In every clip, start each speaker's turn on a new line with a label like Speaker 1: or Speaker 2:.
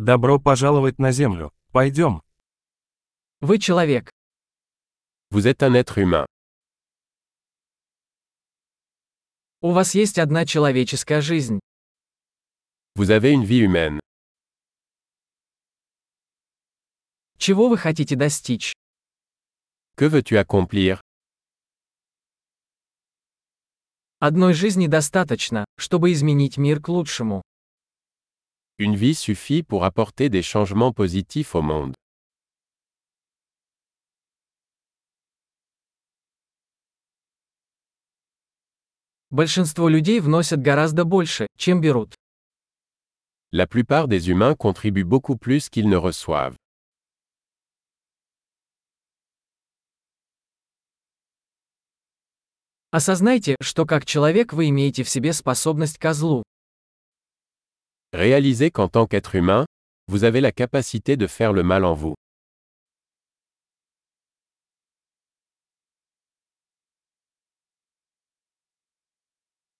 Speaker 1: Добро пожаловать на Землю. Пойдем.
Speaker 2: Вы человек.
Speaker 3: Vous êtes un être humain.
Speaker 2: У вас есть одна человеческая жизнь.
Speaker 3: Vous avez une vie humaine.
Speaker 2: Чего вы хотите достичь?
Speaker 3: Que veux-tu accomplir
Speaker 2: Одной жизни достаточно, чтобы изменить мир к лучшему.
Speaker 3: Une vie suffit pour apporter des changements positifs au monde.
Speaker 2: Большинство людей вносят гораздо больше, чем берут.
Speaker 3: La plupart des humains contribuent beaucoup plus qu'ils ne reçoivent.
Speaker 2: Осознайте, что как человек вы имеете в себе способность козлу.
Speaker 3: Réalisez qu'en tant qu'être humain, vous avez la capacité de faire le mal en vous.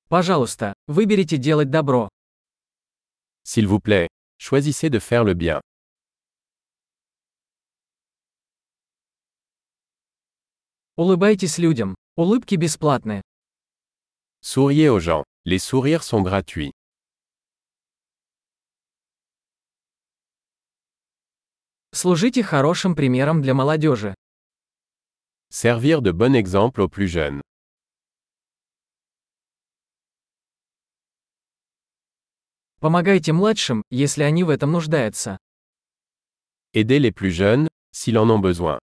Speaker 2: Пожалуйста, выберите делать добро.
Speaker 3: S'il vous plaît, choisissez de faire le bien.
Speaker 2: Улыбайтесь людям. Улыбки бесплатны.
Speaker 3: Souriez aux gens. Les sourires sont gratuits.
Speaker 2: Служите хорошим примером для молодежи.
Speaker 3: Servir de bon exemple aux plus jeunes.
Speaker 2: Помогайте младшим, если они в этом нуждаются.
Speaker 3: Aidez les plus jeunes, s'ils en ont besoin.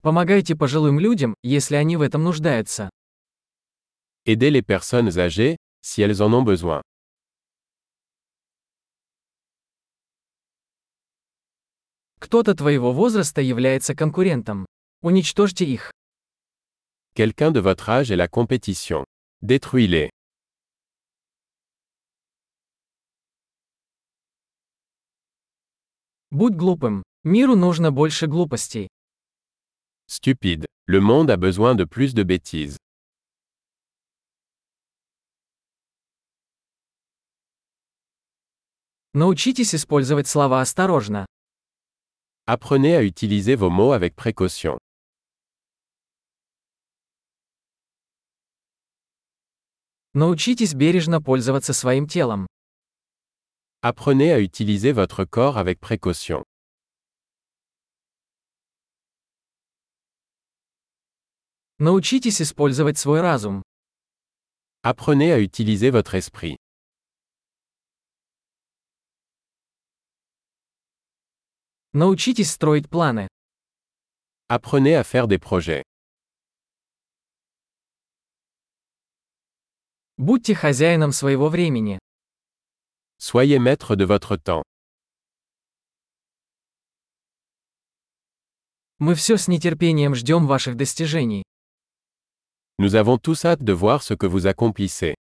Speaker 2: Помогайте пожилым людям, если они в этом нуждаются.
Speaker 3: Aidez les personnes âgées, si elles en ont besoin.
Speaker 2: Кто-то твоего возраста является конкурентом. Уничтожьте их.
Speaker 3: Quelqu'un de votre âge est la compétition. Détruis-les.
Speaker 2: Будь глупым. Миру нужно больше глупостей.
Speaker 3: Stupide. Le monde a besoin de plus de bêtises.
Speaker 2: Научитесь использовать слова осторожно.
Speaker 3: Apprenez à utiliser vos mots avec précaution.
Speaker 2: Научитесь бережно пользоваться своим телом.
Speaker 3: Apprenez à utiliser votre corps avec précaution.
Speaker 2: Научитесь использовать свой разум.
Speaker 3: Apprenez à utiliser votre esprit.
Speaker 2: Научитесь строить планы.
Speaker 3: Apprenez à faire des projets.
Speaker 2: Будьте хозяином своего времени.
Speaker 3: Soyez maître de votre temps.
Speaker 2: Мы все с нетерпением ждем ваших достижений.
Speaker 3: Nous avons tous hâte de voir ce que vous accomplissez.